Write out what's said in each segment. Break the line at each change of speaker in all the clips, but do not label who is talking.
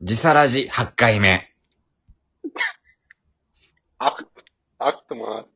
自サラジ8回目。
悪、悪ともある。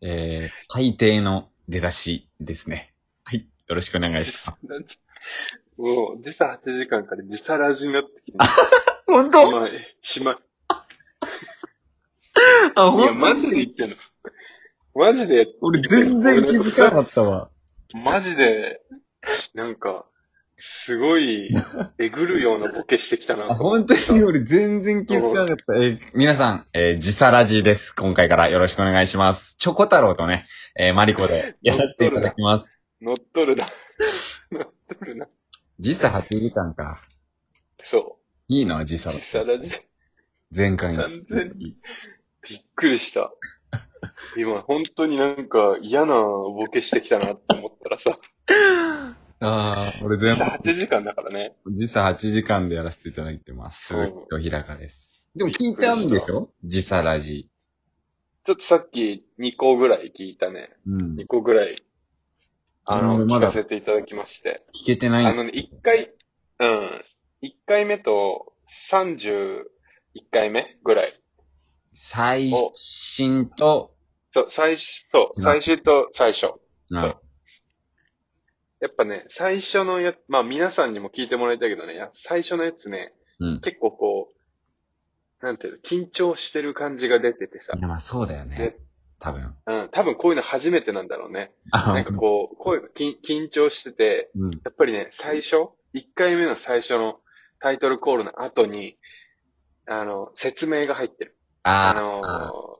えー、海底の出だしですね。はい。よろしくお願いします。
なんちもう、時差8時間から時差ラジになってきて、
本
しまい、しまい。
あ、
いや、マジで言ってんの。マジで、
俺全然気づかなかったわ。
マジで、なんか、すごい、えぐるようなボケしてきたな
あ、。本当に俺全然気づかなかった。えー皆さん、えー、自サラジです。今回からよろしくお願いします。チョコ太郎とね、えー、マリコでやらせていただきます。
乗っとるな。乗っとるな。
時差8時間か。
そ
いいな、時
う。
差
時。差ラジ、
前回の。
完全びっくりした。今、本当になんか嫌なボケしてきたなって思ったらさ、
ああ、俺
時
全部
差8時間だからね。
時差8時間でやらせていただいてます。
うん
鈴木と平川です。でも聞いたんでしょ時差ラジ。
ちょっとさっき2個ぐらい聞いたね。
うん。
2個ぐらい、あの、
うんま
聞
だ
かせていただきまして。
聞けて
あ
ない。
のね、1回、うん。1回目と31回目ぐらい。
最新と、
そう、最初、そう、
違う
最終と最初。
あ
やっぱね、最初のや、まあ皆さんにも聞いてもらいたいけどね、や最初のやつね、
うん。
結構こう、なんていうの、緊張してる感じが出ててさ
い。や、まあそうだよね
ね。
多分。
うん、多分こういうの初めてなんだろうね。
あ
なんかこう、こういうの緊緊張してて、
うん。
やっぱりね、最初、1回目の最初のタイトルコールの後に、あの、説明が入ってる。あ
あーあ
の
ー、なるほ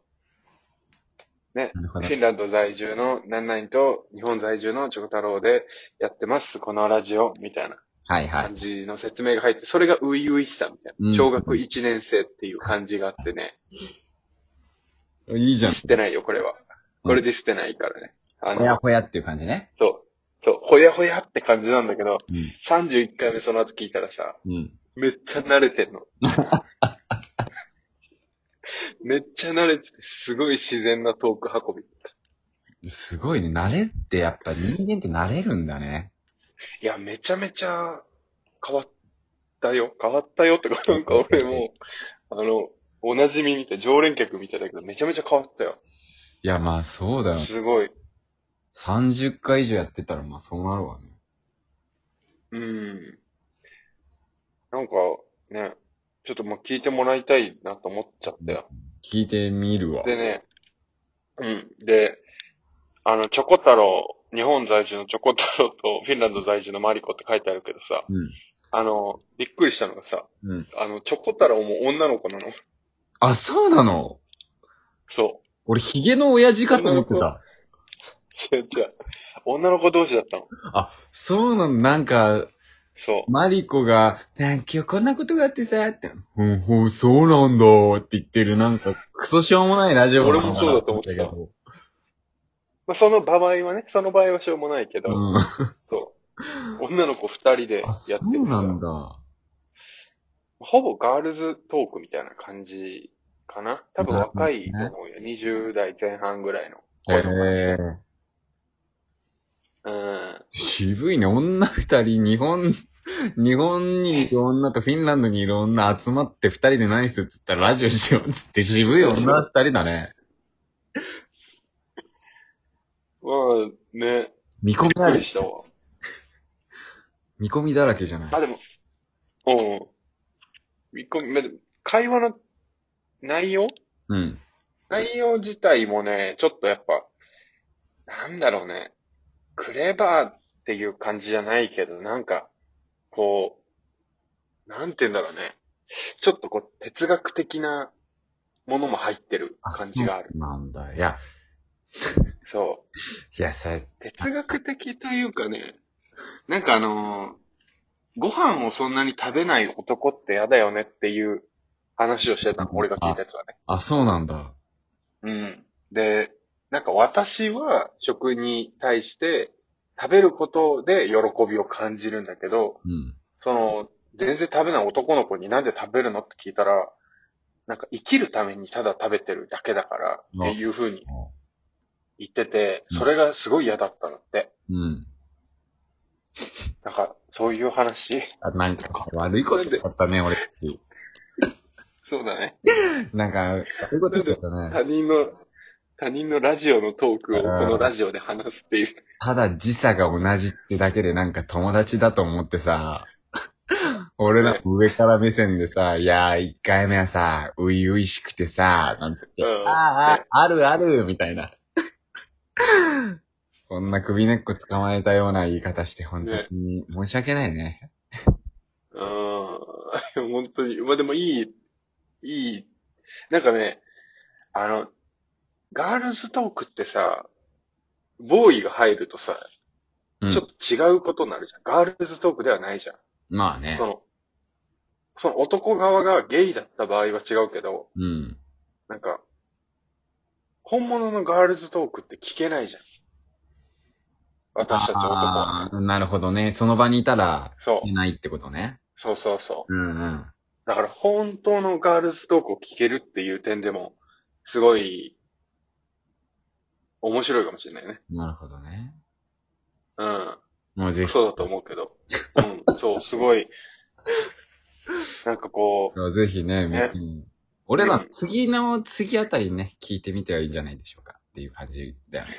フ
ど。
ィンランド在住のナンナインと日本在住のチョコ太郎でやってます、このラジオ、みたいな
はいはい
感。じの説明が入って、それが初々しさみたい
うん
な。小学1年生っていう感じがあってね、
いいじゃん。
捨てないよ、これは。これで捨てないからね。あ
ほや
の、
ほやっていう感じね。
そう、そう、ほやほやって感じなんだけど、
うん。
31回目その後聞いたらさ、
うん。
めっちゃ慣れてんの。めっちゃ慣れてて、すごい自然なトーク運び。
すごいね。慣れってやっぱ人間って慣れるんだね。
いや、めちゃめちゃ変わったよ。変わったよってか、なんか俺もう、あの、おなじみみたい、常連客みたいだけど、めちゃめちゃ変わったよ。
いや、まあそうだよね。
すごい。
30回以上やってたらまあそうなるわね。
うん。なんか、ね、ちょっともう聞いてもらいたいなと思っちゃったよ。
聞いてみるわ。
でね、うん。で、あの、チョコ太郎、日本在住のチョコ太郎とフィンランド在住のマリコって書いてあるけどさ、
うん。
あの、びっくりしたのがさ、
うん。
あの、チョコ太郎も女の子なの。
あ、そうなの
そ
俺、ヒゲの親父かと思って
そん
た。
う。違う違う。女の子同士だったの。
あ、そうなの、なんか、
そ
マリコが、なんか今日こんなことがあってさ、って、うん、ほう、そうなんだって言ってる、なんか、クソしょうもないラジオ
俺もそうだと思ってた
ど。
う。まあ、その場合はね、その場合はしょうもないけど、
うん。あ、
そう。女の子二人でやって
そ
てさ
うなんだ。
ほぼガールズトークみたいな感じかな。多分若いと思うよ。20代前半ぐらいの。
へえー。
うん。
渋いね、女二人、日本、日本にいる女とフィンランドにいる女集まって二人で何するっつったらラジオしようっつって渋い女二人だね。
まあ、ね、
見込み
びっ
あ
く
る
り。したわ。
見込みだらけじゃない
あ、。でも、うん。見込みまあでも会話の内容
うん。
内容自体もね、ちょっとやっぱ、なんだろうね。クレバーっていう感じじゃないけど、なんか、こう、なんて言うんだろうね。ちょっとこう、哲学的なものも入ってる感じがある。
そうなんだ。いや、
そ
いやさ、
う。哲学的というかね、なんかあのーご飯をそんなに食べない男って嫌だよねっていう話をしてたの。俺が聞いたやつはね。
あ、そうなんだ。
うん。で、なんか私は食に対して食べることで喜びを感じるんだけど、
うん。
その、全然食べない男の子になんで食べるのって聞いたら、なんか生きるためにただ食べてるだけだからっていう風に言ってて、
うん
それがすごい嫌だったんだって。
うん。
なんか、そういう話。
あなんか、悪いことしちゃったね、俺たち。
そうだね。
なんか、悪いことしちゃったね。
他人の、他人のラジオのトークをこのラジオで話すっていう。
ただ時差が同じってだけでなんか友達だと思ってさ、俺ら上から目線でさ、いやー、一回目はさ、ういういしくてさ、なんつって、
うん
あーあー、あるある、みたいな。こんな首根っこ捕まえたような言い方して、本当に申し訳ないね。
うん。 本当に。まあ、でもいい、いい。なんかね、あの、ガールズトークってさ、ボーイが入るとさ、
うん
ちょっと違うことになるじゃん。ガールズトークではないじゃん。
まあね
そ。の、その男側がゲイだった場合は違うけど、
うん。
なんか、本物のガールズトークって聞けないじゃん。私たち男は
あ。ーなるほどね。その場にいたら、
そう
い、ないってことね。
そうそうそう。
うんうん。
だから本当のガールズトークを聞けるっていう点でも、すごい、面白いかもしれないね。
なるほどね。
うん。
もうぜひ。
そうだと思うけど。うん。そう、すごい。なんかこう、
いやぜひね、
ね
うん俺ら
うん
次の次あたりね、聞いてみてはいいんじゃないでしょうかっていう感じだよね。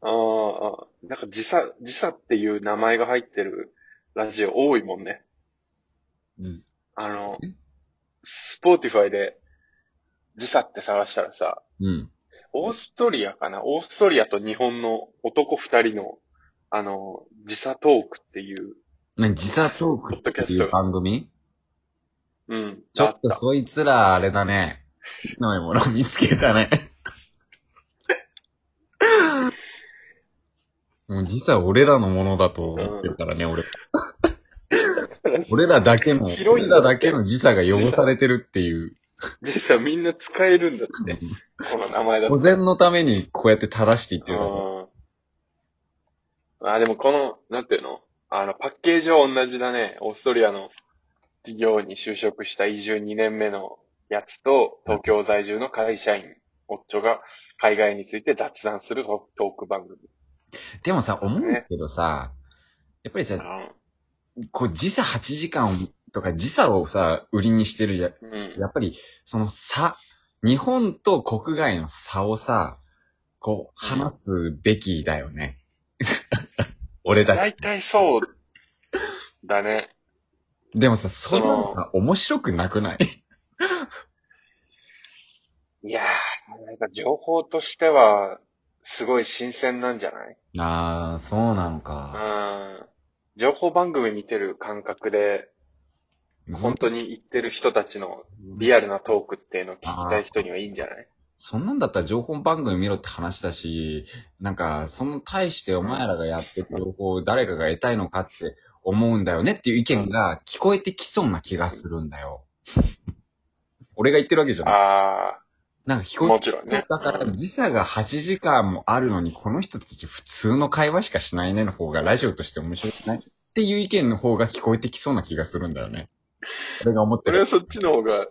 ああ、なんか時差、時差っていう名前が入ってるラジオ多いもんね。
ず
あの
え、
スポーティファイで時差って探したらさ、
うん。
オーストリアかなオーストリアと日本の男二人の、あの、時差トークっていう、
何時差トークっていう番組
うん。
ちょっと
あた
そいつら、あれだね。火のもの見つけたね。もう時差俺らのものだと思ってるからね、俺。俺らだけの、
広い
俺
んだ
らだけの時差が汚されてるっていう。
実際みんな使えるんだって、この名前だ
保
と。
全のためにこうやって正していってるから
うんあ、でもこの、なんていうのあの、パッケージは同じだね。オーストリアの企業に就職した移住2年目のやつと、東京在住の会社員、おっちょが海外について雑談するトトーク番組。
でもさ、思うけどさ、やっぱりさ、こう時差8時間とか時差をさ、売りにしてるや、
うん。うん
やっぱりその差、日本と国外の差をさ、こう話すべきだよね。 俺たち。
大体そうだね。
でもさ、そんなのさ、面白くなくない
いやー、なんか情報としては、すごい新鮮なんじゃない
ああ、そうなのか。
うん。情報番組見てる感覚で、本当に言ってる人たちのリアルなトークっていうのを聞きたい人にはいいんじゃない
そんなんだったら情報番組見ろって話だし、なんか、その対してお前らがやってる情報を誰かが得たいのかって思うんだよねっていう意見が聞こえてきそうな気がするんだ よ。俺が言ってるわけじゃない。
あ
なんか聞
あ、も
こ
ちろん
えて
ね。
だから時差が8時間もあるのに、この人たち普通の会話しかしないねの方がラジオとして面白くないっていう意見の方が聞こえてきそうな気がするんだよね。俺が思って
俺
る
は。そっちの方が、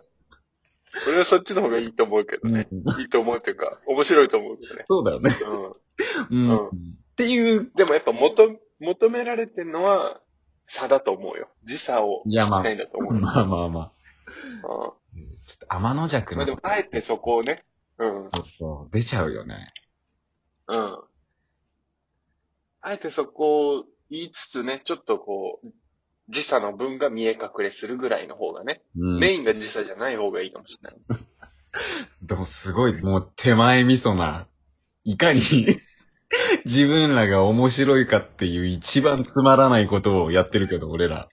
俺はそっちの方がいいと思うけどね。
うん
いいと思うというか、面白いと思うけどね。
そうだよね。
う
う
ん。
ん。
うん
っていう、
でもやっぱ求、求められてるのは差だと思うよ。時差を
いやまあ
し、たいんだと思う。
まあまあまあ。
う
ちょっと天の弱
ん。
な
まあでも、あえてそこをね。うん。
ちょっと出ちゃうよね。
うん。あえてそこを言いつつね、ちょっとこう、時差の分が見え隠れするぐらいの方がね、
うん。
メインが時差じゃない方がいいかもしれない。
でもすごいもう手前味噌な、いか に自分らが面白いかっていう一番つまらないことをやってるけど、俺ら。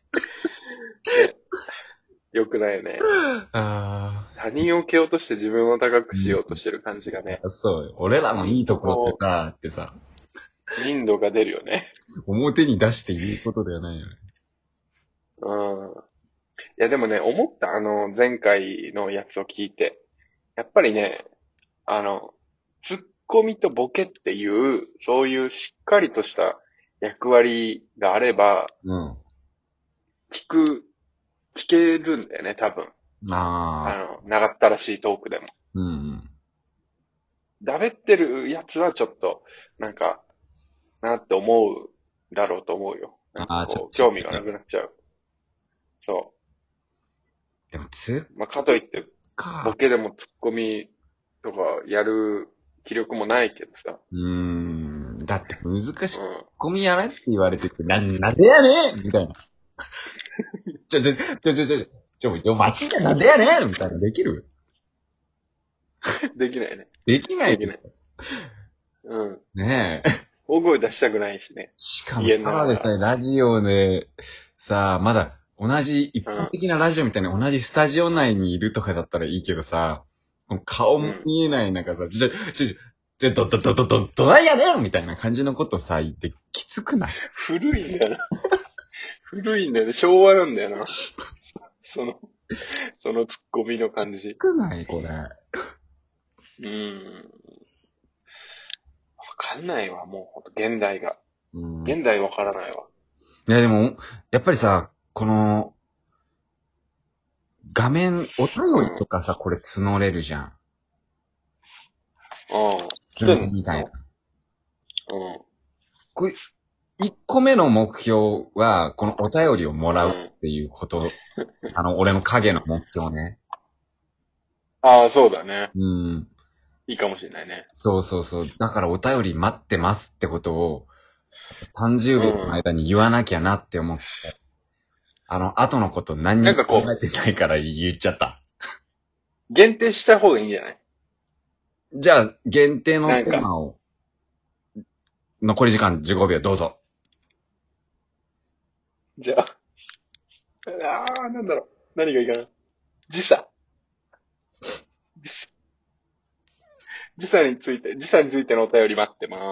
よくないよね。
あ
他人を蹴落として自分を高くしようとしてる感じがね、
あ。そうよ。俺らのいいところってさ、ってさ、
民度が出るよね。
表に出して言うことではないよね。
うん。いやでもね、思った、あの、前回のやつを聞いて、やっぱりね、あの、ツッコミとボケっていう、そういうしっかりとした役割があれば、
うん。
聞く、聞けるんだよね、多分。あ
ああ。
の、長ったらしいトークでも。
うんうん。
だべってるやつはちょっと、なんか、なって思うだろうと思うよ。なん
あー
か
ちょ
こう興味がなくなっちゃう。そ
でも、つっ
う。まあ、かといって、ボ
か。
ケでもツッコミとかやる気力もないけどさ。
うーん。だって、難しくツッ
う
コミやれって言われてて、な、なんでやねんみ たいな。ちょ、ちょ、ちょ、ちょ、ちょ、ちょ、ちょ、待ちでなんでやねんみたいな、できる
ん。できないね。
できない
できない。うん。
ねえ。
大声出したくないしね。
しかも、
家
た
の中
だでさえ、ラジオで、さあ、まだ、同じ、一般的なラジオみたいな、同じスタジオ内にいるとかだったらいいけどさ、顔も見えない中さ、ちょ、ちょ、ちょ、ど、ど、ど、ど、ど、どないやねんみたいな感じのことさ、言って、きつくない
古いんだよな。古いんだよね。昭和なんだよな。その、そのツッコミの感じ。
きつくないこれ。
うーん。わかんないわ、もうほんと、現代が。
うん。い
現代わからないわ。
や、でも、やっぱりさ、この、画面、お便りとかさ、これ募れるじゃん。
うん。
質問みたいな。
うん。
一個目の目標は、このお便りをもらうっていう こと。あの、俺の影の目標ね。
ああ、そうだね。
うん。
いいかもしれないね。
そうそうそう。だからお便り待ってますってことを、30秒の間に言わなきゃなって思って。あの、後のこと何に
なん
も
かこ
考
う
えてないから言っちゃった。
限定した方がいいんじゃない
じゃあ、限定の
なん
テ
か
ーマを、残り時間15秒どうぞ。
じゃあ。ああ、なんだろう。何がいいかな。時差。時差時差について、時差についてのお便り待ってます。